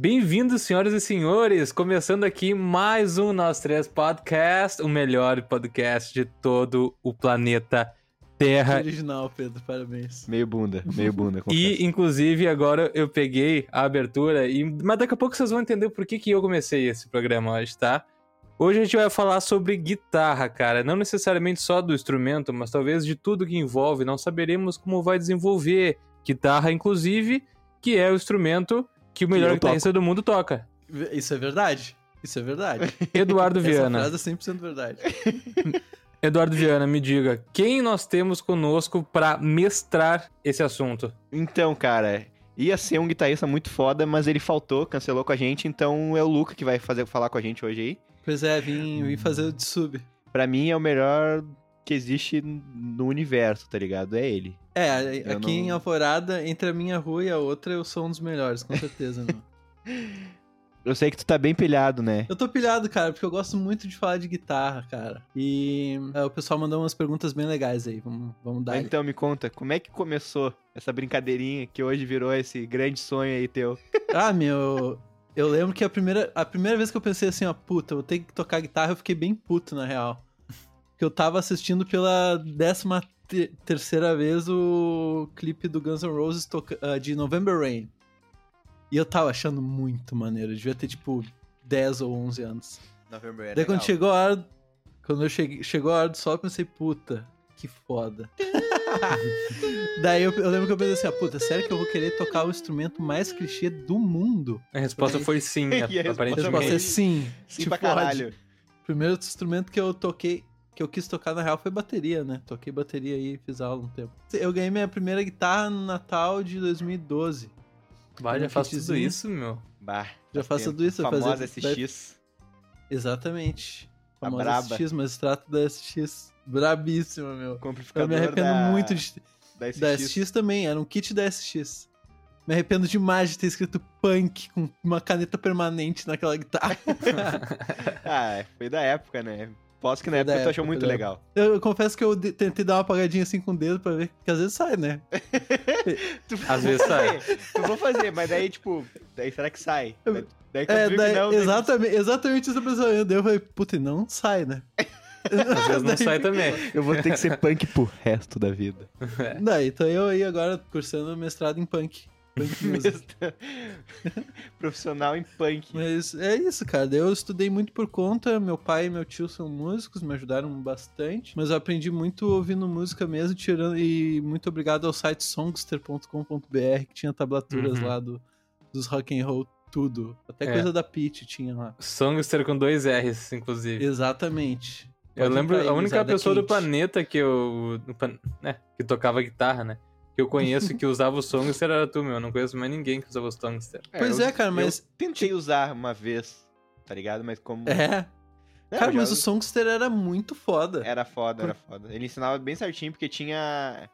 Bem-vindos, senhoras e senhores, começando aqui mais um Nós Três Podcast, o melhor podcast de todo o planeta Terra. Original, Pedro, parabéns. Meio bunda, meio bunda. confesso. E, inclusive, agora eu peguei a abertura, e... mas daqui a pouco vocês vão entender por que, que eu comecei esse programa hoje, tá? Hoje a gente vai falar sobre guitarra, cara. Não necessariamente só do instrumento, mas talvez de tudo que envolve. Não saberemos como vai desenvolver guitarra, inclusive, que é o instrumento que o melhor eu guitarrista do mundo toca. Isso é verdade? Isso é verdade. Eduardo Viana. Essa frase é 100% verdade. Eduardo Viana, me diga, quem nós temos conosco pra mestrar esse assunto? Então, cara, ia ser um guitarrista muito foda, mas ele faltou, cancelou com a gente, então é o Luca que vai fazer, falar com a gente hoje aí. Pois é, vim, vim fazer o de sub. Pra mim é o melhor que existe no universo, tá ligado? É ele. É, a- Eu aqui não- em Alvorada, entre a minha rua e a outra, eu sou um dos melhores, com certeza, meu. Eu sei que tu tá bem pilhado, né? Eu tô pilhado, cara, porque eu gosto muito de falar de guitarra, cara. E é, o pessoal mandou umas perguntas bem legais aí, vamos, vamos dar. Mas então me conta, como é que começou essa brincadeirinha que hoje virou esse grande sonho aí teu? Ah, meu. Eu lembro que a primeira, a primeira vez que eu pensei assim, ó, puta, vou ter que tocar guitarra, eu fiquei bem puto, na real. Porque eu tava assistindo pela décima te- terceira vez o clipe do Guns N' Roses toca- ah, de November Rain. E eu tava achando muito maneiro. Eu devia ter, tipo, 10 ou 11 anos. November Daí quando chegou a hora... Quando eu cheguei, chegou a hora do sol, eu pensei, puta, que foda. Daí eu, eu lembro que eu pensei assim, ah, puta, sério que eu vou querer tocar o instrumento mais clichê do mundo? A resposta foi sim, né? E a resposta A resposta é aparentemente. foi- sim. Sim, Te pra fode. caralho. O primeiro instrumento que eu toquei, que eu quis tocar na real, foi bateria, né? Toquei bateria aí, fiz aula um tempo. Eu ganhei minha primeira guitarra no Natal de 2012. Vai, já Um faz tudo kitzinho. isso, meu. Bah, Já faço tempo. tudo isso, eu Famosa fazia- SX. Exatamente. Tá Famosa braba. SX, mas trato da SX. Brabíssima, meu. Com Eu amplificador me arrependo da- muito de, da SX. da SX também, era um kit da SX. Me arrependo demais de ter escrito punk com uma caneta permanente naquela guitarra. Ah, foi da época, né? Posso que na Foi da época tu época, tá achou muito foi da legal. Eu, eu confesso que eu de- tentei dar uma apagadinha assim com o dedo pra ver, porque às vezes sai, né? Tu Às vou vezes fazer, Eu vou fazer, mas daí, tipo, daí será que sai? Daí, daí tu É, viu daí- que não, né? daí- exatamente, exatamente isso eu pensava. Daí eu falei, puta, e não sai, né? Às vezes não sai também. Eu vou ter que ser punk pro resto da vida. Daí, então eu aí agora cursando mestrado em punk. Punk music. Profissional em punk. Mas é isso, cara. Daí Eu estudei muito por conta. Meu pai e meu tio são músicos, me ajudaram bastante. Mas eu aprendi muito ouvindo música mesmo, tirando. E muito obrigado ao site songster.com.br, que tinha tablaturas Uhum. lá do, dos rock and roll, tudo. Até É. coisa da Pete tinha lá. Songster com dois R's, inclusive. Exatamente. Eu Pode lembro, entrar aí, a única gurizada pessoa do quente. planeta que eu. do pan- né, que tocava guitarra, né? Que eu conheço que usava o Songster era tu, meu. Eu não conheço mais ninguém que usava o Songster. Pois eu- é, cara, mas- Eu tentei usar uma vez, tá ligado? Mas como. É. Não, Cara, já mas o usei. Songster era muito foda. Era foda, era foda. Ele ensinava bem certinho, porque tinha.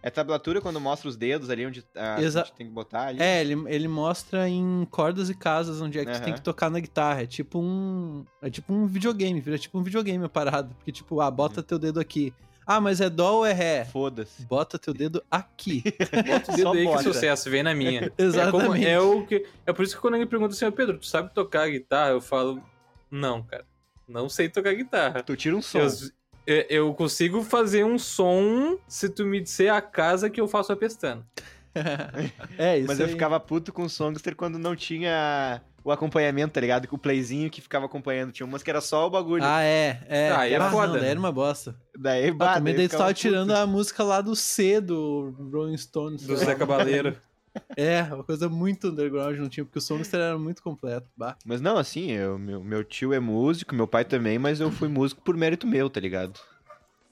É tablatura quando mostra os dedos ali onde a Exa- gente tem que botar ali. É, Uhum. ele, ele mostra em cordas e casas onde é que tu Aham. tem que tocar na guitarra. É tipo um. É tipo um videogame, vira tipo um videogame a parada. Porque, tipo, ah, Uhum. bota teu dedo aqui. Ah, mas é dó ou é ré? Foda-se. Bota teu dedo aqui. Bota Dedo aí que sucesso, vem na minha. É, como- Exatamente. é o que, é por isso que quando alguém pergunta assim, "Ô, Pedro, tu sabe tocar guitarra? Eu falo, não, cara. Não sei tocar guitarra. Tu tira um som. Eu, eu- eu consigo fazer um som se tu me disser a casa que eu faço a pestana. é isso. Mas eu aí. ficava puto com o Songster quando não tinha o acompanhamento, tá ligado? Com o playzinho que ficava acompanhando. Tinha umas que era só o bagulho. Ah, é, é. Ah, aí é Ah, não, foda. daí era uma bosta. daí, Ah, bah, também daí daí eu tu tava ficava tirando puto. a música lá do C do Rolling Stones. Do sei lá. Zé Cabaleiro. É, uma coisa muito underground, não tinha, porque o Songster era muito completo. Bah. Mas não, assim, eu, meu, meu tio é músico, meu pai também, mas eu fui músico por mérito meu, tá ligado?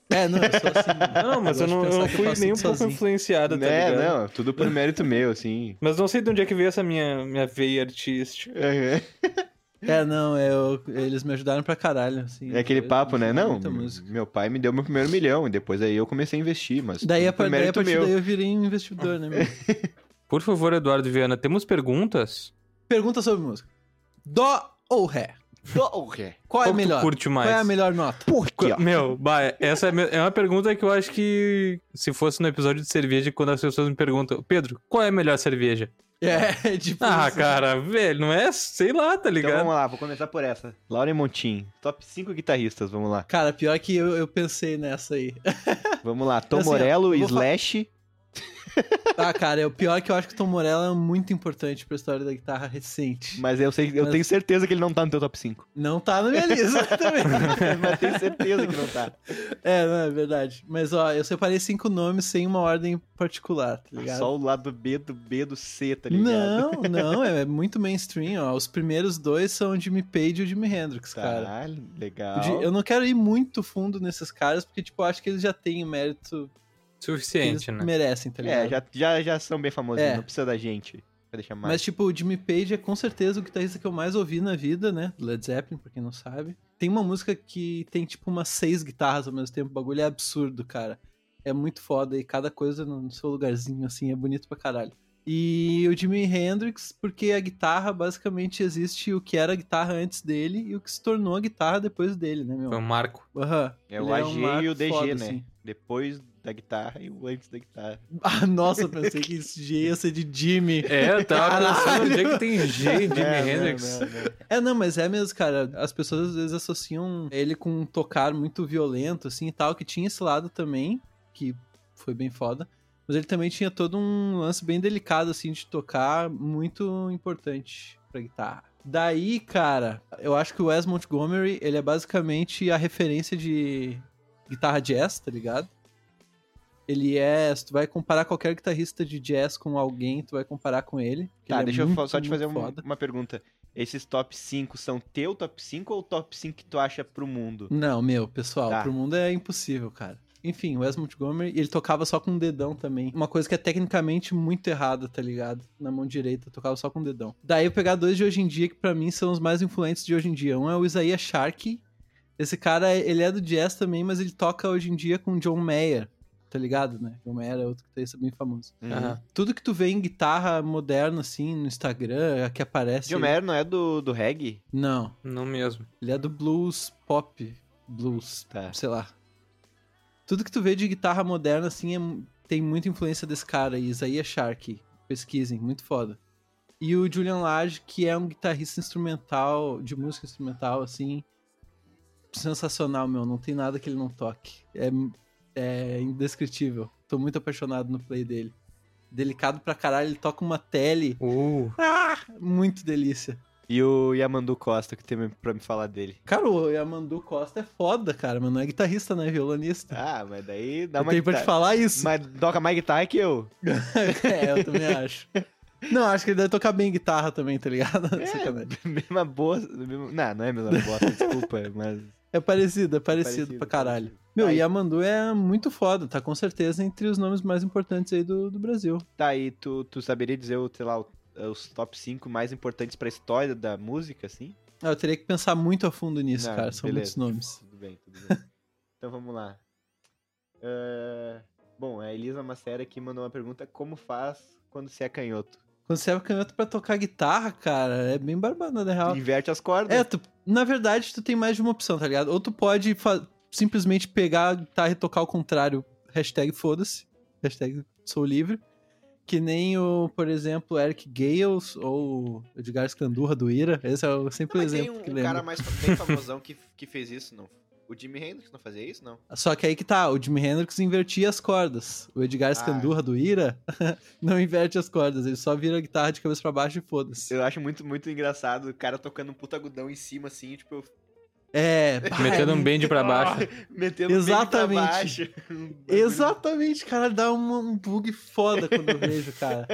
É, não, eu sou assim. Não, mas eu, gosto de não, eu não pensar que eu fui faço nem um tudo pouco sozinho. influenciado, tá né? ligado? Não, tudo por mérito meu, assim. Mas não sei de onde é que veio essa minha, minha veia artística. É, não, eu, eles me ajudaram pra caralho, assim. É aquele eu- papo, né? eu- Não, muita música. meu pai me deu meu primeiro milhão, e depois aí eu comecei a investir, mas Daí a, tudo por par- daí, a mérito partir meu. daí eu virei um investidor, né? meu? Por favor, Eduardo Viana, temos perguntas? Pergunta sobre música. Dó ou ré? Qual, é Qual a que tu melhor? curte mais? Qual é a melhor nota? Por quê? ó? Meu, bah, essa é me- é uma pergunta que eu acho que se fosse no episódio de cerveja, quando as pessoas me perguntam, Pedro, qual é a melhor cerveja? É, tipo. Ah, isso. cara, velho, não é? Sei lá, tá Então ligado? vamos lá, vou começar por essa. Lauren Montin, top 5 guitarristas, vamos lá. Cara, pior que eu, eu pensei nessa aí. Vamos lá, Tom Assim, ó, Morello, eu vou fa- Slash. Ah, cara, é o pior que eu acho que o Tom Morello é muito importante pra história da guitarra recente. Mas eu, sei, eu Mas- tenho certeza que ele não tá no teu top 5. Não tá na minha lista também. Mas tenho certeza que não tá. É, não, é verdade. Mas ó, eu separei cinco nomes sem uma ordem particular, tá ligado? Só o lado B do B do C, tá ligado? não, não, é, é muito mainstream, ó. Os primeiros dois são o Jimmy Page e o Jimi Hendrix, Tá. cara. Caralho, O legal. Ji- Eu não quero ir muito fundo nesses caras, porque, tipo, eu acho que eles já têm o mérito que eles Suficiente, né? merecem, tá ligado? É, já, já, já são bem famosos, É. não precisa da gente. Vai deixar mais. Mas, tipo, o Jimmy Page é com certeza o guitarrista que eu mais ouvi na vida, né? Led Zeppelin, pra quem não sabe. Tem uma música que tem, tipo, umas seis guitarras ao mesmo tempo. O bagulho é absurdo, cara. É muito foda e cada coisa no seu lugarzinho, assim, é bonito pra caralho. E o Jimi Hendrix, porque a guitarra basicamente existe o que era a guitarra antes dele e o que se tornou a guitarra depois dele, né, meu? Foi um marco. Aham. É o Ele AG e o marco DG, foda, assim. né? Depois da guitarra e o antes da guitarra. Ah, nossa, eu pensei que esse G ia ser de Jimmy. É, eu tava pensando onde é Caralho. que tem G em Jimi Não, não, Hendrix. não, não. É, não, mas é mesmo, cara. As pessoas às vezes associam ele com um tocar muito violento, assim e tal, que tinha esse lado também, que foi bem foda. Mas ele também tinha todo um lance bem delicado, assim, de tocar, muito importante pra guitarra. Daí, cara, eu acho que o Wes Montgomery, ele é basicamente a referência de guitarra jazz, tá ligado? Ele é. Se tu vai comparar qualquer guitarrista de jazz com alguém, tu vai comparar com ele. porque Tá, ele é deixa eu muito, fa- só te muito fazer uma, foda. uma pergunta. Esses top 5 são teu top 5 ou top 5 que tu acha pro mundo? Não, meu, pessoal, Tá. pro mundo é impossível, cara. Enfim, o Wes Montgomery, ele tocava só com o dedão também. Uma coisa que é tecnicamente muito errada, tá ligado? Na mão direita, tocava só com o dedão. Daí eu pegar dois de hoje em dia, que pra mim são os mais influentes de hoje em dia. Um é o Isaiah Sharkey. Esse cara, ele é do jazz também, mas ele toca hoje em dia com o John Mayer, tá ligado, né? John Mayer é outro guitarrista bem famoso. Uhum. Hum. Aham. Tudo que tu vê em guitarra moderna, assim, no Instagram, que aparece... John Mayer não é do, do reggae? Não, Não mesmo. ele é do blues pop, blues, Tá. sei lá. Tudo que tu vê de guitarra moderna, assim, é- tem muita influência desse cara, aí, Isaiah Sharkey. Pesquisem, muito foda. E o Julian Lage, que é um guitarrista instrumental, de música instrumental, assim, sensacional, meu. Não tem nada que ele não toque. É, é indescritível. Tô muito apaixonado no play dele. Delicado pra caralho, ele toca uma tele. Uh, Muito delícia. E o Yamandu Costa, que tem pra me falar dele. Cara, o Yamandu Costa é foda, cara, mas não é guitarrista, né? É Violonista. Ah, mas daí dá eu uma tenho pra te guitarra. falar isso. Mas toca mais guitarra que eu. é, eu também acho. Não, acho que ele deve tocar bem guitarra também, tá ligado? É. Sacanagem. Mesma bosta. mesmo- Não, não é a mesma bosta, desculpa, mas. É parecido, é parecido, parecido, pra caralho. parecido. Meu, Aí- e Yamandu é muito foda, tá com certeza entre os nomes mais importantes aí do, do Brasil. Tá, e tu, tu saberia dizer, o, sei lá, o- é os top 5 mais importantes pra história da música, assim? Ah, Eu teria que pensar muito a fundo nisso, Não, cara, são beleza. muitos nomes. Tudo bem, tudo bem. então vamos lá. Ah, bom, a Elisa Macera aqui mandou uma pergunta: como faz quando se é canhoto? Quando você é canhoto pra tocar guitarra, cara, é bem barbada, na real. Inverte as cordas. É, tu- na verdade, tu tem mais de uma opção, tá ligado? Ou tu pode fa- simplesmente pegar a guitarra e tocar ao contrário. Hashtag foda-se. Hashtag sou livre. Que nem o, por exemplo, Eric Gales ou o Edgar Scandurra do Ira. Esse é o sempre o exemplo que lembra. um mais bem famosão que, que fez isso, não. O Jimi Hendrix não fazia isso, não? Só que aí que tá, o Jimi Hendrix invertia as cordas. O Edgar Scandurra do Ira não inverte as cordas, ele só vira a guitarra de cabeça pra baixo e foda-se. Eu acho muito, muito engraçado o cara tocando um puta agudão em cima, assim, tipo, É, metendo um bend pra baixo. metendo Exatamente. o peito pra baixo. Um Exatamente, cara, dá uma- um bug foda quando eu vejo, cara.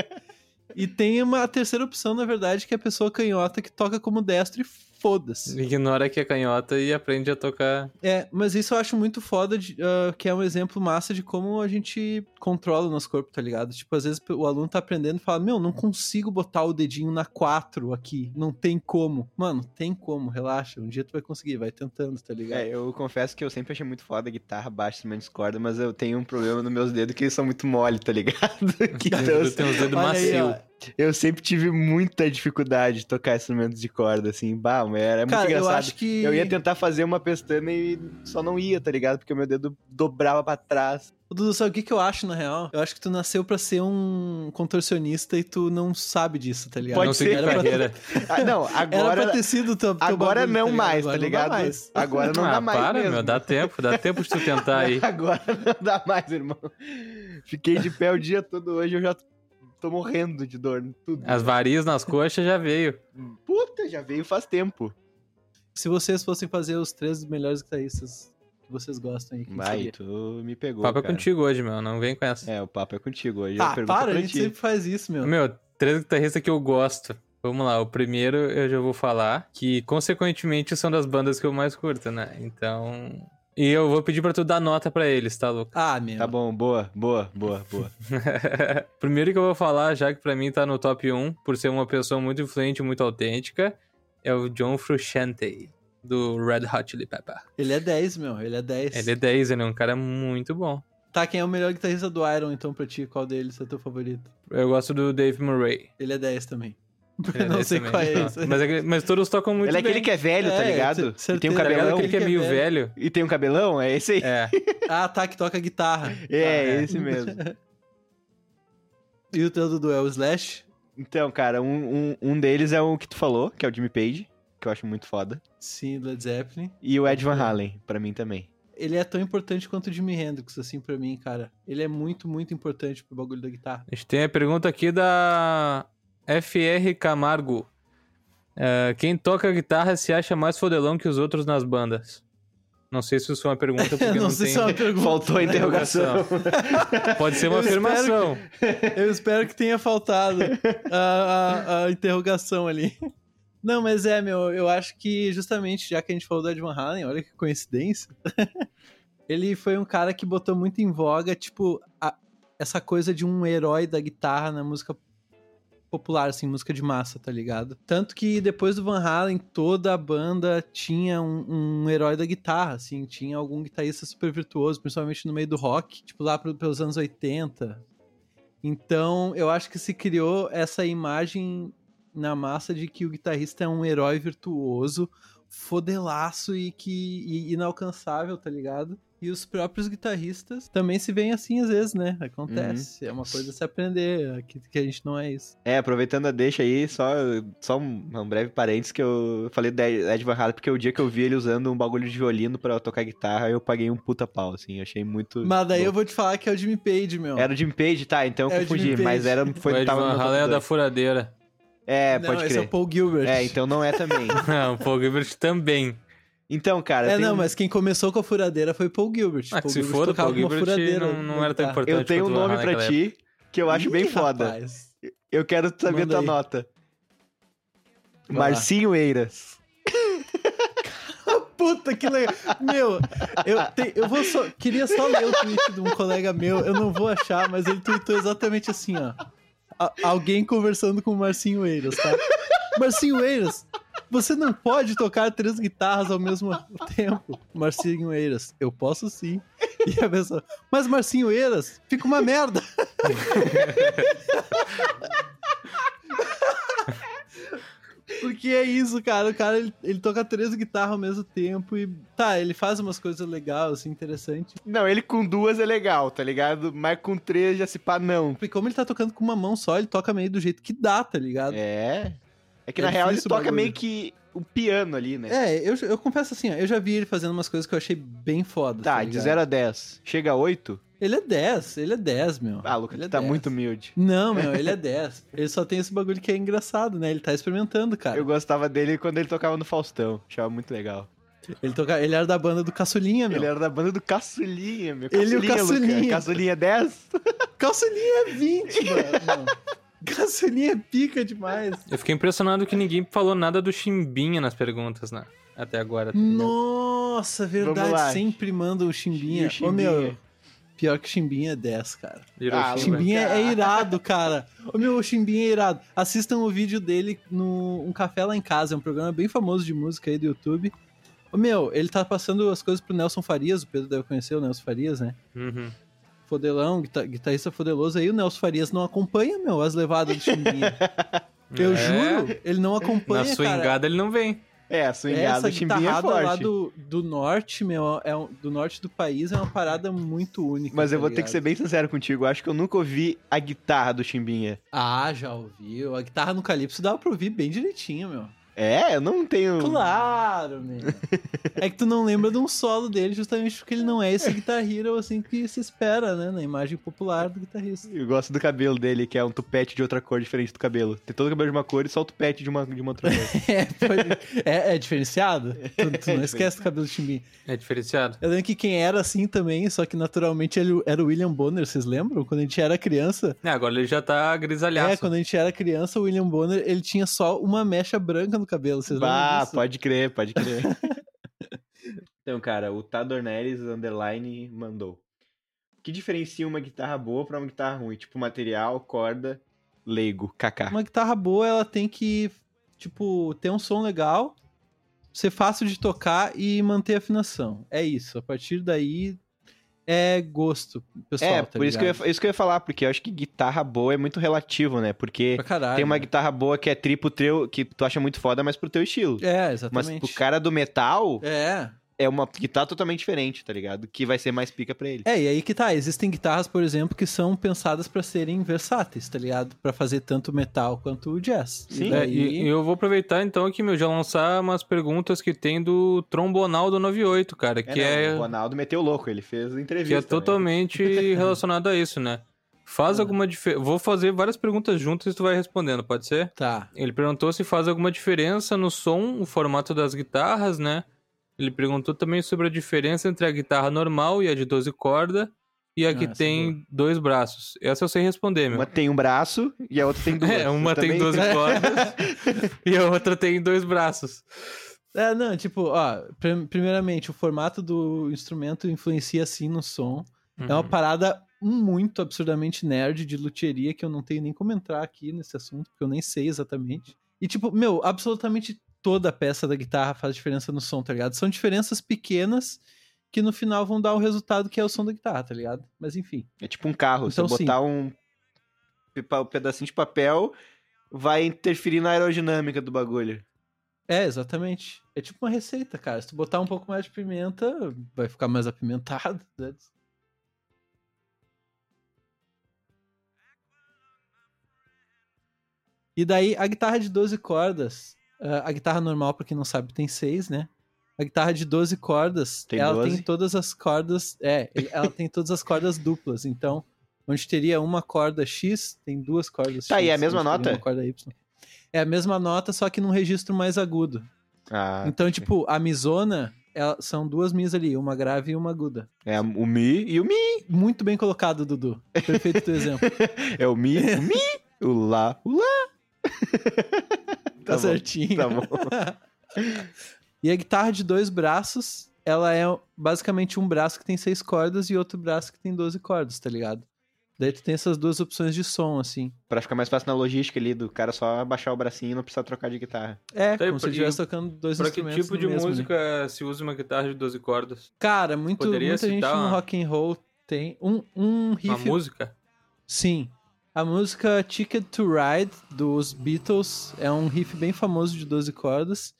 E tem uma terceira opção, na verdade, que é a pessoa canhota que toca como destro e foda-se. Ignora que é canhota e aprende a tocar. É, mas isso eu acho muito foda, de, ah, que é um exemplo massa de como a gente controla o nosso corpo, tá ligado? Tipo, às vezes o aluno tá aprendendo e fala, meu, não consigo botar o dedinho na 4 aqui, não tem como. Mano, tem como, relaxa, um dia tu vai conseguir, vai tentando, tá ligado? É, eu confesso que eu sempre achei muito foda guitarra, baixo, instrumento de corda, mas eu tenho um problema nos meus dedos que eles são muito mole, tá ligado? Que então, Eu tenho os dedos Olha aí, é macio. ó. Eu sempre tive muita dificuldade de tocar instrumentos de corda, assim. Bah, mas era muito Cara, eu engraçado. acho que. Eu ia tentar fazer uma pestana e só não ia, tá ligado? Porque o meu dedo dobrava pra trás. Ô, Dudu, sabe o que, que eu acho, na real? Eu acho que tu nasceu pra ser um contorcionista e tu não sabe disso, tá ligado? Pode não não seguir Era pra- carreira. Ah, não, Era pra agora. ter sido teu, teu Agora bagulho, não tá mais, Agora tá não dá ligado? mais. Agora não ah, dá mais. para, mesmo. meu, dá tempo, dá tempo de tu tentar Tá aí. Agora não dá mais, irmão. Fiquei de pé o dia todo hoje, eu já tô morrendo de dor. Tudo. As varizes nas coxas já veio. Puta, já veio faz tempo. Se vocês fossem fazer os três melhores guitarristas que vocês gostam aí, quem Vai, seria? tu me O pegou. papo é cara. contigo hoje, meu. Não vem com essa. É, o papo é contigo hoje. eu Ah, pergunto para, pra a gente ti. sempre faz isso, meu. Meu, três guitarristas que eu gosto. Vamos lá, o primeiro eu já vou falar, que consequentemente são das bandas que eu mais curto, né? Então. E eu vou pedir pra tu dar nota pra eles, tá, Luca? Ah, meu. Tá bom, boa, boa, boa, boa. Primeiro que eu vou falar, já que pra mim tá no top 1, por ser uma pessoa muito influente, muito autêntica, é o John Frusciante, do Red Hot Chili Pepper. Ele é 10, meu. Ele é 10. Ele é 10, ele é um cara muito bom. Tá, quem é o melhor guitarrista do Iron, então, pra ti? Qual deles é teu favorito? Eu gosto do Dave Murray. Ele é 10 também. Ele é não desse sei também, qual é então. esse. Mas, aquele- mas todos tocam muito Ele é aquele bem. que é velho, tá É, ligado? cer- E tem um certeza. Tá ligado? cabelão. Aquele que é meio velho. E tem um cabelão? É esse aí? É. Ah, tá, que toca guitarra. É, é. esse mesmo. E o teu Dudu é o Slash? Então, cara, um, um, um deles é o que tu falou, que é o Jimmy Page, que eu acho muito foda. Sim, do Led Zeppelin. E o Ed Van Halen, pra mim também. Ele é tão importante quanto o Jimi Hendrix, assim, pra mim, cara. Ele é muito, muito importante pro bagulho da guitarra. A gente tem a pergunta aqui da FR Camargo. É, quem toca guitarra se acha mais fodelão que os outros nas bandas? Não sei se isso foi uma pergunta, porque Eu não, não, sei tem... se é uma pergunta. Faltou a interrogação. Pode ser uma Eu espero afirmação. Eu espero que tenha faltado a, a- a interrogação ali. Não, mas é, meu, eu acho que justamente, já que a gente falou do Ed Van Halen, olha que coincidência. ele foi um cara que botou muito em voga, tipo, a- essa coisa de um herói da guitarra na música popular, assim, música de massa, tá ligado? Tanto que depois do Van Halen, toda a banda tinha um, um herói da guitarra, assim, tinha algum guitarrista super virtuoso, principalmente no meio do rock, tipo lá pro- pelos anos 80, então, eu acho que se criou essa imagem na massa de que o guitarrista é um herói virtuoso, fodelaço e que e inalcançável, tá ligado? E os próprios guitarristas também se veem assim às vezes, né? Acontece. É uma coisa a se aprender, que, que a gente não é isso. É, aproveitando a deixa aí, só, só um, um breve parênteses que eu falei do Ed Van Halen, porque o dia que eu vi ele usando um bagulho de violino pra tocar guitarra, eu paguei um puta pau, assim, achei muito... Mas daí eu louco. vou te falar que é o Jimmy Page, meu. Era o Jim Page, tá, então É eu o Jimmy confundi, Page. mas era... Foi Foi, o Ed tava no Van meu Halen é computador. da furadeira. É, não, pode esse é o crer. Paul Gilbert. É, então não é também. Não, pô, o Gilbert também. Então, cara, É, tem não, um- mas quem começou com a furadeira foi Paul Gilbert. Ah, que Paul se Gilbert for o tocava Paul com uma Gilbert, não, não na era tão guitarra. importante eu tenho um quanto o Van nome Halen é pra naquela ti que eu acho bem Ih, foda. rapaz. Eu quero saber Manda tua aí. nota. Vai Marcinho Eiras. Puta que legal. Meu, eu, te- eu vou só, queria só ler o tweet de um colega meu, eu não vou achar, mas ele tweetou exatamente assim, ó. A- alguém conversando com o Marcinho Eiras, tá? Marcinho Eiras, você não pode tocar três guitarras ao mesmo tempo. Marcinho Eiras, eu posso sim. E a pessoa, mas Marcinho Eiras, fica uma merda. Porque é isso, cara. O cara, ele, ele toca três guitarras ao mesmo tempo e... Tá, ele faz umas coisas legais, assim, interessantes. Não, ele com duas é legal, tá ligado? Mas com três já se pá, não. Porque como ele tá tocando com uma mão só, ele toca meio do jeito que dá, tá ligado? É. É que É na real ele difícil o toca bagulho. meio que um piano ali, né? É, eu, eu confesso assim, ó, eu já vi ele fazendo umas coisas que eu achei bem foda. Tá, de ligado? 0 a 10. Chega a 8? Ele é 10, ele é 10, meu. Ah, Lucas, ele tu tá 10. muito humilde. Não, meu, ele é 10. Ele só tem esse bagulho que é engraçado, né? Ele tá experimentando, cara. Eu gostava dele quando ele tocava no Faustão. Achava muito legal. Ele, toca... ele era da banda do Caçulinha, meu. Ele é- era da banda do Caçulinha, meu. Ele e o Lucas. Caçulinha. Caçulinha é 10? Caçulinha é 20, mano. Caçulinha é pica demais. Tá Eu fiquei impressionado que ninguém falou nada do Chimbinha nas perguntas, né? Até agora. tá ligado? Nossa, Vamos lá. verdade. Sempre manda o Chimbinha. E o Chimbinha? Ô, meu, pior que o Chimbinha é 10, cara. Hiroshima. Ah, O Fala, Chimbinha cara. é irado, cara. Ô, meu, o Chimbinha é irado. Assistam o vídeo dele no Um Café Lá em Casa. É um programa bem famoso de música aí do YouTube. Ô, meu, ele tá passando as coisas pro Nelson Farias. O Pedro deve conhecer o Nelson Farias, né? Uhum. Foi- fodelão, guita- guitarrista fodeloso aí, o Nelson Farias não acompanha, meu, as levadas do Chimbinha. Eu É. juro, ele não acompanha, Na sua cara. engada ele não vem. É, a Essa swingada chimbinha é guitarrada forte. lá do, do norte, meu, é um- do norte do país é uma parada muito única. Mas eu tá vou ter que ligado? ser bem sincero contigo, eu acho que eu nunca ouvi a guitarra do Chimbinha. Ah, já ouviu. A guitarra no Calypso dava pra ouvir bem direitinho, meu. É, eu não tenho... Claro, meu. É que tu não lembra de um solo dele justamente porque ele não é esse guitar hero assim que se espera, né? Na imagem popular do guitarrista. Eu gosto do cabelo dele, que é um tupete de outra cor diferente do cabelo. Tem todo o cabelo de uma cor e só o tupete de uma, de uma outra cor. É, pode- é, é diferenciado. Tu, tu não esquece do cabelo do Chimbinha. É diferenciado. Eu lembro que quem era assim também, só que naturalmente ele era o William Bonner, vocês lembram? Quando a gente era criança. É, agora ele já tá É, grisalhaço. quando a gente era criança, o William Bonner, ele tinha só uma mecha branca no cabelo, vocês lembram Ah, disso? pode crer, pode crer. então, cara, o Tador Neres Underline mandou. O que diferencia uma guitarra boa pra uma guitarra ruim? Tipo, material, corda, leigo, kaká. Uma guitarra boa, ela tem que, tipo, ter um som legal, ser fácil de tocar e manter a afinação. É isso. A partir daí é gosto, um pessoal. É, tá por isso que, eu ia, ligado? fa- isso que eu ia falar, porque eu acho que guitarra boa é muito relativo, né? Porque Pra caralho. tem uma né? guitarra boa que é tripo teu, que tu acha muito foda, mas pro teu estilo. É, Mas exatamente. pro cara do metal, É. é uma guitarra totalmente diferente, tá ligado? Que vai ser mais pica pra ele. É, e aí que tá. Existem guitarras, por exemplo, que são pensadas pra serem versáteis, tá ligado? Pra fazer tanto metal quanto jazz. Sim. e É, daí... e, e eu vou aproveitar então aqui, meu, já lançar umas perguntas que tem do Trombonaldo 98, cara, que não, é, O Ronaldo meteu louco, ele fez que entrevista. né? é totalmente relacionado a isso, né? Faz alguma diferença. Vou fazer várias perguntas juntas e tu vai respondendo, pode ser? Tá. Ele perguntou se faz alguma diferença no som, o formato das guitarras, né? Ele perguntou também sobre a diferença entre a guitarra normal e a de 12 cordas e a Ah, que essa é tem dois braços. Essa eu sei responder, né? meu. Uma tem um braço e a outra tem duas. É, uma Eu tem também- 12 cordas e a outra tem dois braços. É, não, tipo, ó, prim- primeiramente, o formato do instrumento influencia sim no som. É uma Uhum. parada muito absurdamente nerd de luteria que eu não tenho nem como entrar aqui nesse assunto, porque eu nem sei exatamente. E, tipo, meu, absolutamente toda a peça da guitarra faz diferença no som, tá ligado? São diferenças pequenas que no final vão dar o resultado que é o som da guitarra, tá ligado? Mas enfim. É tipo um carro. Então, se eu sim. botar um, pepa- um pedacinho de papel, vai interferir na aerodinâmica do bagulho. É, exatamente. É tipo uma receita, cara. Se tu botar um pouco mais de pimenta, vai ficar mais apimentado. né? E daí, a guitarra de 12 cordas. ah, A guitarra normal, pra quem não sabe, tem 6, né? A guitarra de 12 cordas, Tem ela 12? tem todas as cordas. É, ele- ela tem todas as cordas duplas. Então, onde teria uma corda X, tem duas cordas Tá, X. e é a mesma onde teria nota? Uma corda Y. É a mesma nota, só que num registro mais agudo. Ah, Então, tipo, a misona ela- são duas mis ali, uma grave e uma aguda. é o Mi e o Mi. Muito bem colocado, Dudu. Perfeito teu exemplo. É o Mi, o Mi, o Lá, o Lá. Tá, bom, certinho. Tá bom. E a guitarra de dois braços, ela é basicamente um braço que tem seis cordas e outro braço que tem 12 cordas, tá ligado? Daí tu tem essas duas opções de som, assim. Pra ficar mais fácil na logística ali, do cara só abaixar o bracinho e não precisar trocar de guitarra. É, Tá, e como se pra- estivesse tocando dois Pra que instrumentos. tipo no de mesmo, né? música se usa uma guitarra de 12 cordas? Cara, muito, Poderia muita gente citar no uma- rock and roll tem um, um riff Uma música? Sim. A música Ticket to Ride dos Beatles é um riff bem famoso de 12 cordas.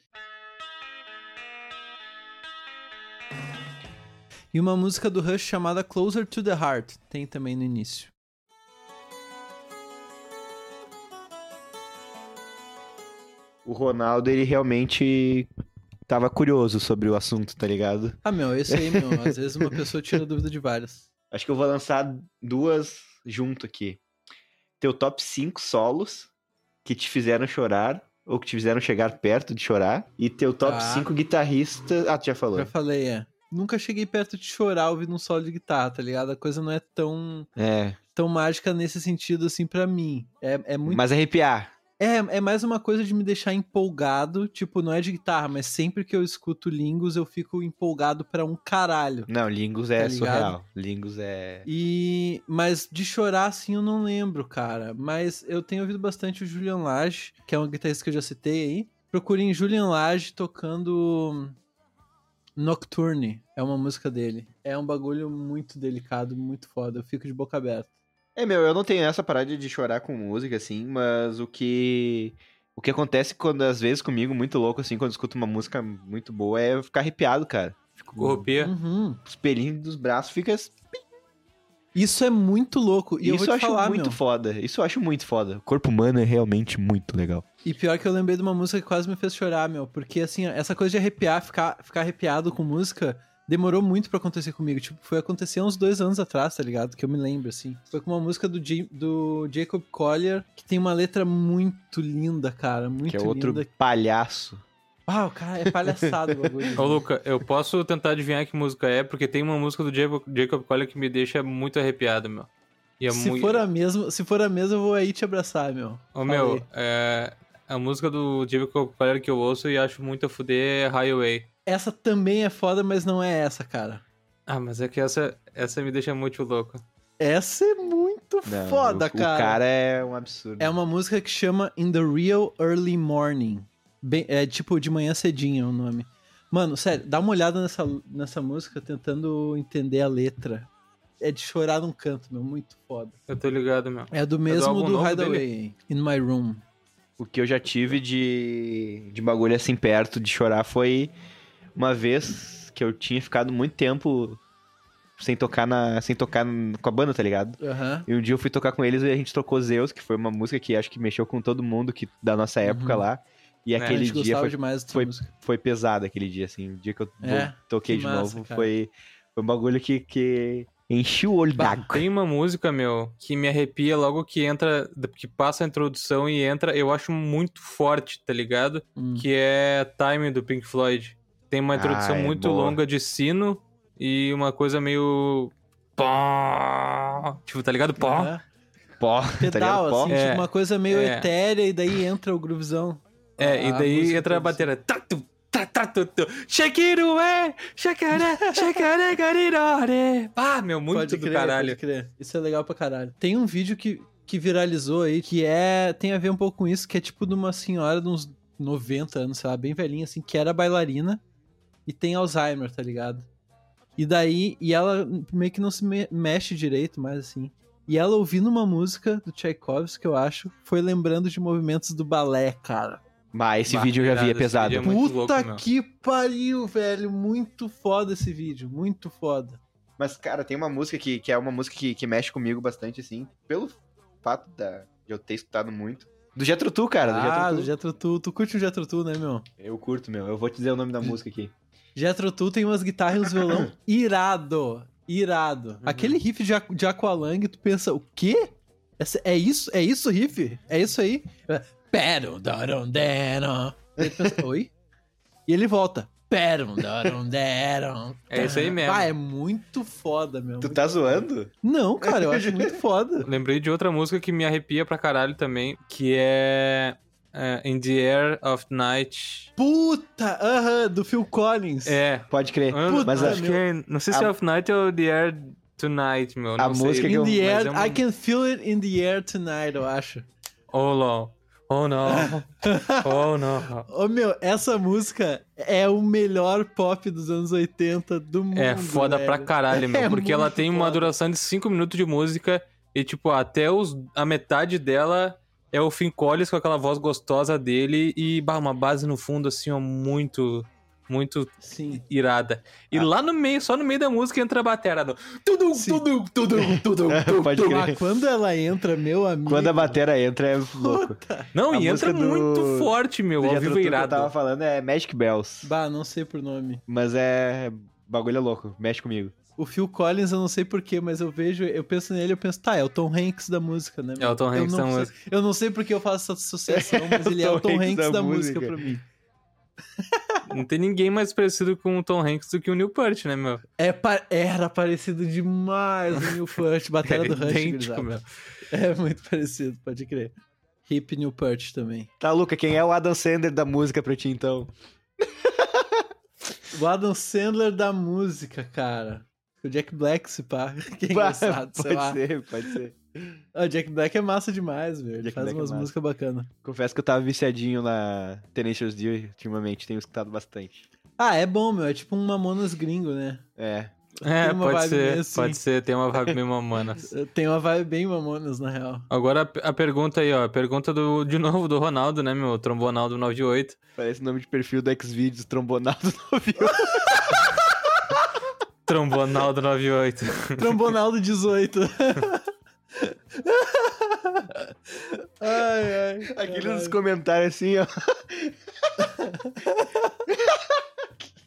E uma música do Rush chamada Closer to the Heart tem também no início. O Ronaldo, ele realmente tava curioso sobre o assunto, tá ligado? Ah, meu, esse aí, meu. Às vezes uma pessoa tira dúvida de várias. Acho que eu vou lançar duas junto aqui. Teu top 5 solos que te fizeram chorar ou que te fizeram chegar perto de chorar. E teu top Tá. 5 guitarristas. Ah, tu já falou. Já falei, é. Nunca cheguei perto de chorar ouvindo um solo de guitarra, tá ligado? A coisa não é tão, É. tão mágica nesse sentido, assim, pra mim. É, é muito Mas arrepiar. É, é mais uma coisa de me deixar empolgado, tipo, não é de guitarra, mas sempre que eu escuto Lingus eu fico empolgado pra um caralho. Não, Lingus Tá é ligado? surreal. Lingus é. E mas de chorar assim eu não lembro, cara, mas eu tenho ouvido bastante o Julian Lage, que é um guitarrista que eu já citei aí. Procurem Julian Lage tocando Nocturne é uma música dele. É um bagulho muito delicado, muito foda. Eu fico de boca aberta. É, meu, eu não tenho essa parada de chorar com música, assim, mas o que. O que acontece quando, às vezes, comigo, muito louco, assim, quando eu escuto uma música muito boa, é eu ficar arrepiado, cara. Fico Corrupia. Uhum. os pelinhos dos braços, fica. Isso é muito louco. E eu Isso vou eu te acho falar, muito meu. foda. Isso eu acho muito foda. O corpo humano é realmente muito legal. E pior que eu lembrei de uma música que quase me fez chorar, meu. Porque, assim, ó, essa coisa de arrepiar, ficar, ficar arrepiado com música, demorou muito pra acontecer comigo. Tipo, foi acontecer uns dois anos atrás, tá ligado? Que eu me lembro, assim. Foi com uma música do, Ja- do Jacob Collier, que tem uma letra muito linda, cara. Muito que é outro linda. palhaço. Uau, cara, é palhaçado o bagulho. Ô, Luca, eu posso tentar adivinhar que música é, porque tem uma música do Jacob, Jacob Collier que me deixa muito arrepiado, meu. E é se, muito. for a mesma, se for a mesma, eu vou aí te abraçar, meu. Ô, Fala meu, aí. é... a música do Jacob Collier que eu ouço e acho muito a fuder é Highway. Essa também é foda, mas não é essa, cara. Ah, mas é que essa, essa me deixa muito louco. Essa é muito Não, foda, né? o, O cara é um absurdo. É uma música que chama In the Real Early Morning. Bem- é tipo de manhã cedinho é o nome. Mano, sério, dá uma olhada nessa, nessa música tentando entender a letra. É de chorar num canto, meu, muito foda. Eu tô ligado, meu. É do mesmo álbum do novo Hideaway, In My Room. O que eu já tive de, de bagulho assim perto de chorar foi uma vez que eu tinha ficado muito tempo sem tocar na sem tocar n- com a banda, tá ligado? Aham. E um dia eu fui tocar com eles e a gente tocou Zeus, que foi uma música que acho que mexeu com todo mundo que da nossa época lá. E É, A aquele gente dia gostava foi, demais dessa foi- música. foi pesado aquele dia assim, o dia que eu É, vo- toquei que de massa, novo cara. foi foi um bagulho que que encheu o olho Bah, d'água. Tem uma música, meu, que me arrepia logo que entra, que passa a introdução e entra, eu acho muito forte, tá ligado? Hum. que é Time do Pink Floyd. Tem uma Ah, introdução é muito boa. longa de sino e uma coisa meio. Pó. Tipo, tá ligado? Pó. Aham. Pó, tá ligado? Pedal, Pó. assim, É. tipo uma coisa meio É. etérea e daí entra o groovizão. É, e A daí música entra a toda. bateria. Tatu, tá, tá, tu, tu. Shake it away, shakara, shakara, garirore. Ah, meu, muito Pode do crer, caralho. pode crer. Isso é legal pra caralho. Tem um vídeo que, que viralizou aí, que é. Tem a ver um pouco com isso, que é tipo de uma senhora de uns 90 anos, sei lá, bem velhinha, assim, que era bailarina e tem Alzheimer, tá ligado? E daí, e ela meio que não se me- mexe direito, mais assim. E ela ouvindo uma música do Tchaikovsky, eu acho, foi lembrando de movimentos do balé, cara. Mas esse Bah, vídeo eu já irado, vi, é esse vídeo é pesado. muito Puta louco, meu. que pariu, velho. Muito foda esse vídeo, muito foda. Mas, cara, tem uma música que, que é uma música que, que mexe comigo bastante, assim, pelo fato da, de eu ter escutado muito. Do Jetro Tu, cara. Do ah, do Jetro Tu. Jetro Tu. Tu curte o Jetro Tu, né, meu? Eu curto, meu. Eu vou te dizer o nome da música aqui. Jethro Tull tem umas guitarras e uns violão irado, Uhum. irado. Aquele riff de, Aqu- de Aqualung, tu pensa, o quê? Essa- é isso? É isso o riff? É isso aí? Perum, darum, derum. Aí tu pensa, Oi? E ele volta. Perum, darum, derum. É isso aí mesmo. Ah, é muito foda, meu. Tu tá zoando? Não, cara, eu acho muito foda. Lembrei de outra música que me arrepia pra caralho também, que é. é, In the Air of Night. Puta, aham, do Phil Collins. É. Pode crer. Eu- mas acho a- que é- Não sei se é Of Night ou The Air Tonight, meu. A não sei. música que In eu- the mas air, é uma- I can feel it in the air tonight, eu acho. Oh, não. Oh, não. Oh, não. Ô meu, essa música é o melhor pop dos anos 80 do mundo. É foda velho. pra caralho, meu. É porque ela muito tem uma foda. duração de 5 minutos de música e, tipo, até os, a metade dela é o Finn Collins com aquela voz gostosa dele e, bah, uma base no fundo, assim, ó, muito, muito Sim. irada. E Ah. lá no meio, só no meio da música entra a batera do... Tudum, Sim. tudum, tudum, tudum, tudum. Pode crer. Mas quando ela entra, meu amigo. Quando a batera entra, é louco. Puta. Não, A e entra música do- muito forte, meu. Do Ao Jethro vivo Tu é que eu tava irado. falando é Magic Bells. Bah, não sei por nome. Mas é... Bagulho é louco. Mexe comigo. O Phil Collins, eu não sei porquê, mas eu vejo, eu penso nele, eu penso, tá, é o Tom Hanks da música, né? meu? É o Tom Eu Hanks não da sei- música. Eu não sei porque eu faço essa associação, mas ele é o Tom Hanks da, música. pra mim. Não tem ninguém mais parecido com o Tom Hanks do que o Neil Peart, né, meu? É pa- Era parecido demais o New Punch, bateria do é Rush. idêntico, gurizada. meu. É muito parecido, pode crer. Hip New Perch também. Tá, Luca, quem é o Adam Sandler da música pra ti, então? O Adam Sandler da música, cara. O Jack Black se pá. Que é Bah, engraçado, sei pode lá. ser, pode ser. Ah, O Jack Black é massa demais, velho. Ele Jack faz Black é umas massa. músicas bacanas. Confesso que eu tava viciadinho na Tenacious D ultimamente, tenho escutado bastante. Ah, é bom, meu. É tipo um Mamonas gringo, né? É. É, Tem uma pode vibe ser, meio assim. pode ser, tem uma vibe meio mamona. Tem uma vibe bem Mamonas, na real. Agora a, a pergunta aí, ó, a pergunta do, de novo do Ronaldo, né, meu, trombonaldo 98. Parece o nome de perfil do Xvideos, trombonado Trombonaldo 98. Trombonaldo 18. ai, ai. Aquele caralho. nos comentários assim, ó.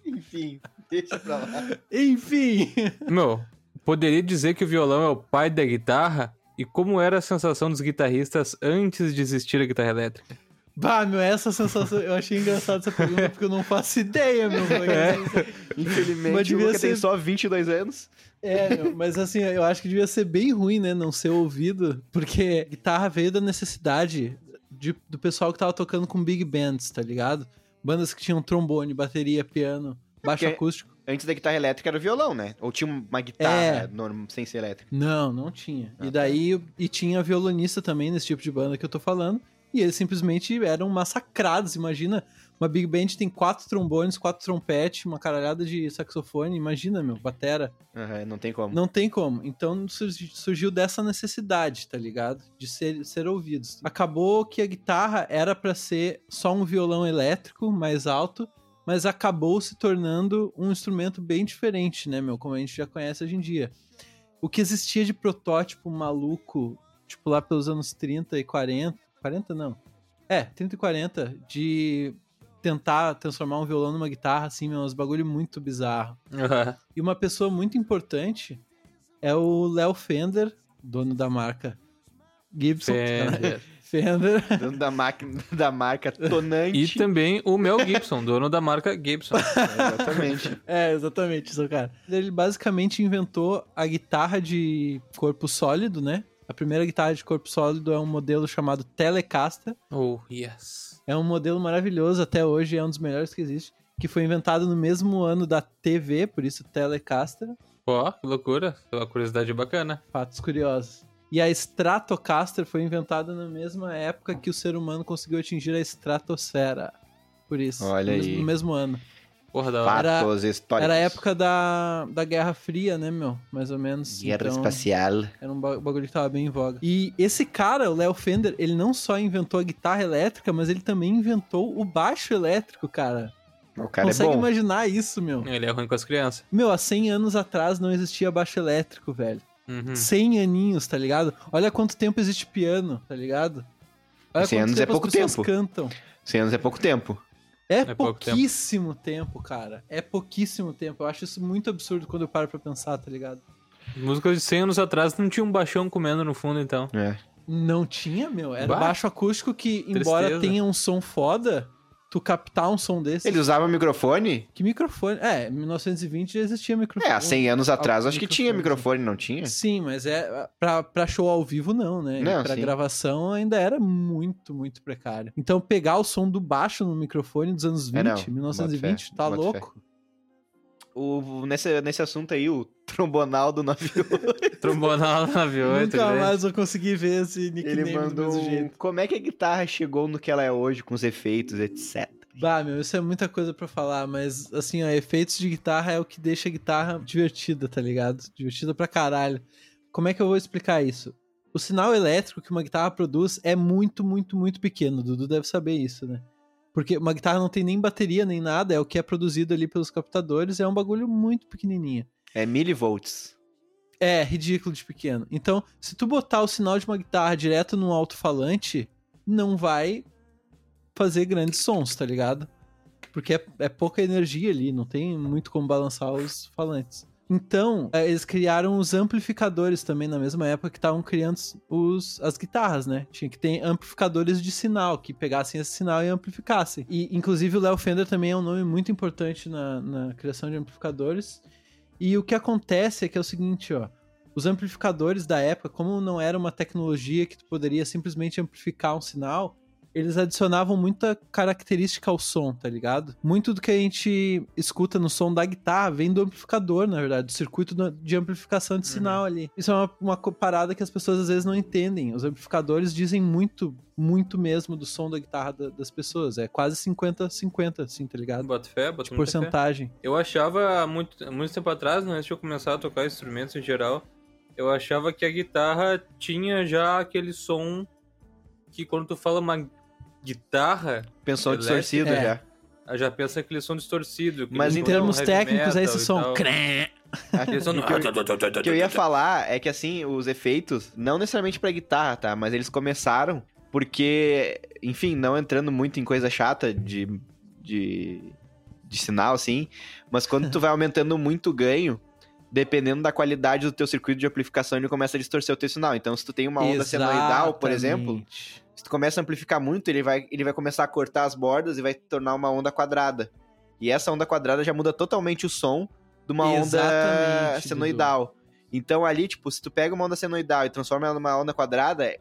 Enfim, deixa pra lá. Enfim. meu, poderia dizer que o violão é o pai da guitarra? E como era a sensação dos guitarristas antes de existir a guitarra elétrica? Bah, meu, essa sensação. Eu achei engraçado essa pergunta porque eu não faço ideia, meu. Mas Infelizmente, o devia Luca tem ser- só 22 anos. É, meu, mas assim, eu acho que devia ser bem ruim, né? Não ser ouvido, porque guitarra veio da necessidade de- do pessoal que tava tocando com big bands, tá ligado? Bandas que tinham trombone, bateria, piano, baixo porque- acústico. Antes da guitarra elétrica era o violão, né? Ou tinha uma guitarra É. norm- sem ser elétrica. Não, não tinha. Ah, E daí, e tinha violonista também nesse tipo de banda que eu tô falando. E eles simplesmente eram massacrados. Imagina, uma big band tem quatro trombones, quatro trompetes, uma caralhada de saxofone. Imagina, meu, batera. Aham, não tem como. Não tem como. Então surgi- surgiu dessa necessidade, tá ligado? De ser, ser ouvidos. Acabou que a guitarra era pra ser só um violão elétrico mais alto, mas acabou se tornando um instrumento bem diferente, né, meu? Como a gente já conhece hoje em dia. O que existia de protótipo maluco, tipo lá pelos anos 30 e 40. 40 não. É, 30 e 40, de tentar transformar um violão numa guitarra, assim, meu, uns bagulho muito bizarro. E uma pessoa muito importante é o Léo Fender, dono da marca Gibson. Fender. Fender. Dono da, máquina, da marca E Tonante. também o Mel Gibson, dono da marca Gibson. Exatamente. É, exatamente, isso, cara. Ele basicamente inventou a guitarra de corpo sólido, né? A primeira guitarra de corpo sólido é um modelo chamado Telecaster. Oh, yes. É um modelo maravilhoso até hoje, é um dos melhores que existe. Que foi inventado no mesmo ano da TV, por isso Telecaster. Ó, que loucura. Uma curiosidade bacana. Fatos curiosos. E a Stratocaster foi inventada na mesma época que o ser humano conseguiu atingir a estratosfera. Por isso, Olha no, aí. Mesmo, no mesmo ano. Porra da hora. Era- Fatos históricos. Era a época da, da Guerra Fria, né, meu? Mais ou menos. Guerra Então, espacial. Era um ba- bagulho que tava bem em voga. E esse cara, o Léo Fender, ele não só inventou a guitarra elétrica, mas ele também inventou o baixo elétrico, cara. O cara Consegue é bom. imaginar isso, meu? Ele é ruim com as crianças. Meu, há 100 anos atrás não existia baixo elétrico, velho. Uhum. 100 aninhos, tá ligado? Olha quanto tempo existe piano, tá ligado? Olha 100 quanto anos é pouco as pessoas tempo. cantam. 100 anos é pouco tempo. É, pouco tempo. pouquíssimo tempo. cara. É pouquíssimo tempo. Eu acho isso muito absurdo quando eu paro pra pensar, tá ligado? Músicas de 100 anos atrás não tinha um baixão comendo no fundo, então. É. Não tinha, meu. Era Bah. baixo acústico que, embora Tristeza. tenha um som foda, tu captar um som desse. Ele usava microfone? Que microfone? É, em 1920 já existia microfone. É, há 100 anos atrás Ah, acho que tinha microfone. microfone, não tinha? Sim, mas é pra, pra show ao vivo não, né? Não, pra sim. gravação ainda era muito, muito precário. Então pegar o som do baixo no microfone dos anos 20, É, não. 1920, Boto fé, tá boto louco? O, nesse, nesse assunto aí, o trombonal do navio, Trombonal 98. Nunca grande. mais vou conseguir ver esse nickname ele do mandou mesmo um, jeito. como é que a guitarra chegou no que ela é hoje, com os efeitos, etc. Bah, meu, isso é muita coisa pra falar, mas assim, ó, efeitos de guitarra é o que deixa a guitarra divertida, tá ligado? Divertida pra caralho. Como é que eu vou explicar isso? O sinal elétrico que uma guitarra produz é muito, muito, muito pequeno. O Dudu deve saber isso, né? Porque uma guitarra não tem nem bateria, nem nada, é o que é produzido ali pelos captadores, é um bagulho muito pequenininho. É milivolts. É, ridículo de pequeno. Então, se tu botar o sinal de uma guitarra direto num alto-falante, não vai fazer grandes sons, tá ligado? Porque é, é pouca energia ali, não tem muito como balançar os falantes. Então, eh, eles criaram os amplificadores também na mesma época que estavam criando os, as guitarras, né? Tinha que ter amplificadores de sinal, que pegassem esse sinal e amplificassem. E, inclusive, o Léo Fender também é um nome muito importante na, na criação de amplificadores. E o que acontece é que é o seguinte, ó. Os amplificadores da época, como não era uma tecnologia que tu poderia simplesmente amplificar um sinal, eles adicionavam muita característica ao som, tá ligado? Muito do que a gente escuta no som da guitarra vem do amplificador, na verdade, do circuito do- de amplificação Uhum. de sinal ali. Isso é uma, uma co- parada que as pessoas às vezes não entendem. Os amplificadores dizem muito, muito mesmo do som da guitarra da- das pessoas. É quase 50-50, assim, tá ligado? Bota fé, bota De muita fé. porcentagem. Eu achava há muito, há muito tempo atrás, né, antes de eu começar a tocar instrumentos em geral, eu achava que a guitarra tinha já aquele som que quando tu fala uma guitarra, Pensou Elétrica, distorcido é. já. já pensa aquele som distorcido. aquele Mas som Em de um termos heavy técnicos, metal é esse e som. tal. Crê. Aquele som O que eu- o que eu ia falar é que, assim, os efeitos, não necessariamente pra guitarra, tá? Mas eles começaram porque, enfim, não entrando muito em coisa chata de, de, de sinal, assim, mas quando tu vai aumentando muito o ganho, dependendo da qualidade do teu circuito de amplificação, ele começa a distorcer o teu sinal. Então, se tu tem uma onda senoidal, por exemplo, Exatamente. se tu começa a amplificar muito, ele vai, ele vai começar a cortar as bordas e vai tornar uma onda quadrada. E essa onda quadrada já muda totalmente o som de uma Exatamente, onda Dudu. senoidal. Então ali, tipo, se tu pega uma onda senoidal e transforma ela numa onda quadrada,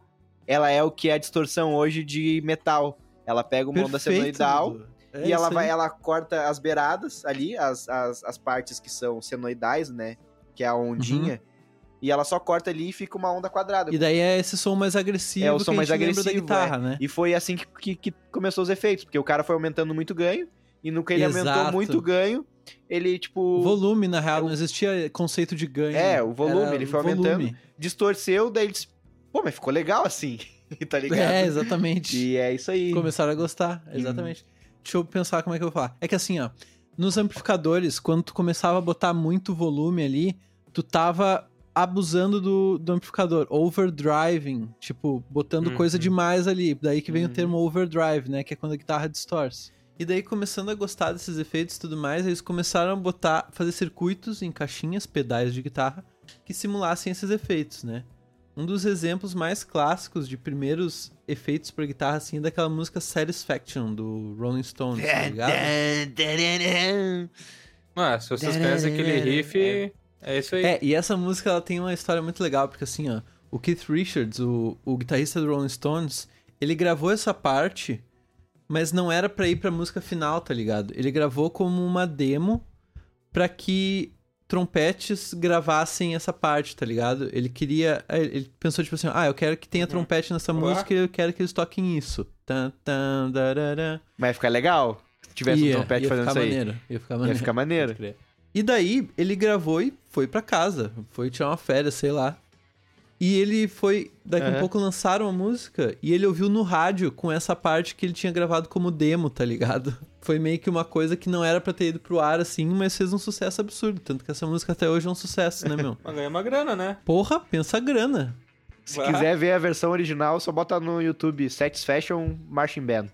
ela é o que é a distorção hoje de metal. Ela pega uma onda Perfeito, senoidal Dudu. É e ela isso vai, aí. ela corta as beiradas ali, as, as, as partes que são senoidais, né? Que é a ondinha. E ela só corta ali e fica uma onda quadrada. Uhum. E daí é esse som mais agressivo. É o som que a mais gente lembra agressivo, da guitarra, né? E foi assim que, que- que começou os efeitos, porque o cara foi aumentando muito o ganho, e no que ele aumentou Exato. muito o ganho, ele, tipo, Volume, na real, é o- não existia conceito de ganho. É, o volume, ele foi volume. aumentando, distorceu, daí ele disse, pô, mas ficou legal assim, tá ligado? É, exatamente. E é isso aí. Começaram a gostar, exatamente. Deixa eu pensar como é que eu vou falar. É que assim, ó, nos amplificadores, quando tu começava a botar muito volume ali, tu tava abusando do, do amplificador, overdriving, tipo, botando Uhum. coisa demais ali. Daí que vem Uhum. o termo overdrive, né, que é quando a guitarra distorce. E daí, começando a gostar desses efeitos e tudo mais, eles começaram a botar, fazer circuitos em caixinhas, pedais de guitarra, que simulassem esses efeitos, né? Um dos exemplos mais clássicos de primeiros efeitos pra guitarra, assim, é daquela música Satisfaction, do Rolling Stones, É, tá ligado? Mas se vocês conhecem aquele riff, é, isso aí. É, e essa música, ela tem uma história muito legal, porque assim, ó, o Keith Richards, o, o guitarrista do Rolling Stones, ele gravou essa parte, mas não era pra ir pra música final, tá ligado? Ele gravou como uma demo pra que trompetes gravassem essa parte, tá ligado? Ele queria. Ele ele pensou, tipo assim, ah, eu quero que Uhum. tenha trompete nessa Olá. música e eu quero que eles toquem isso. Tan, tan, darará. Mas fica legal, se tivesse um trompete ia fazendo ficar isso aí. maneiro, ia ficar Ia maneiro. ficar maneiro. E daí ele gravou e foi pra casa, foi tirar uma férias, sei lá. E ele foi, daqui a Aham. um pouco lançaram a música e ele ouviu no rádio com essa parte que ele tinha gravado como demo, tá ligado? Foi meio que uma coisa que não era pra ter ido pro ar assim, mas fez um sucesso absurdo, tanto que essa música até hoje é um sucesso, né, meu? Mas ganha uma grana, né? Porra, pensa a grana. Se quiser ver a versão original, só bota no YouTube Satisfaction Marching Band.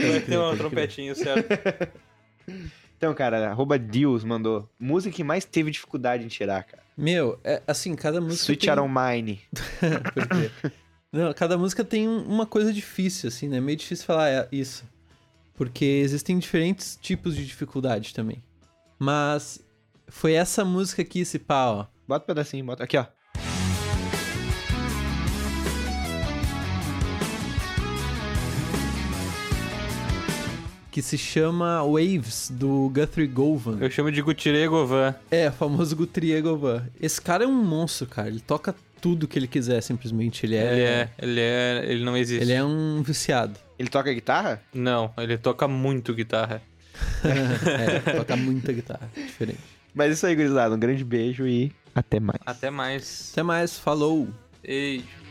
vai ter um trompetinho, certo? Então, cara, arroba Deus mandou. Música que mais teve dificuldade em tirar, cara. Meu, é, assim, cada música Sweet tem- Shadow Mine. Pode crer. Não, cada música tem um- uma coisa difícil, assim, né? É meio difícil falar é, isso. Porque existem diferentes tipos de dificuldade também. Mas foi essa música aqui, esse pá, ó. Bota um pedacinho, bota. Aqui, ó. Que se chama Waves, do Guthrie Govan. Eu chamo de Gutierrez Govan. É, o famoso Gutriegovan. Esse cara é um monstro, cara. Ele toca tudo que ele quiser, simplesmente. Ele é. Ele é, ele é, ele não existe. ele é um viciado. Ele toca guitarra? Não, ele toca muito guitarra. é, toca muita guitarra. Diferente. Mas isso aí, gurizada. Um grande beijo e até mais. Até mais. Até mais, falou! Beijo.